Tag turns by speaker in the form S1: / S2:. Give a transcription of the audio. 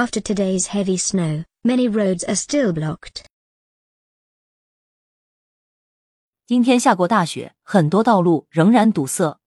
S1: After today's heavy snow, many roads are still blocked.
S2: 今天下过大雪，很多道路仍然堵塞。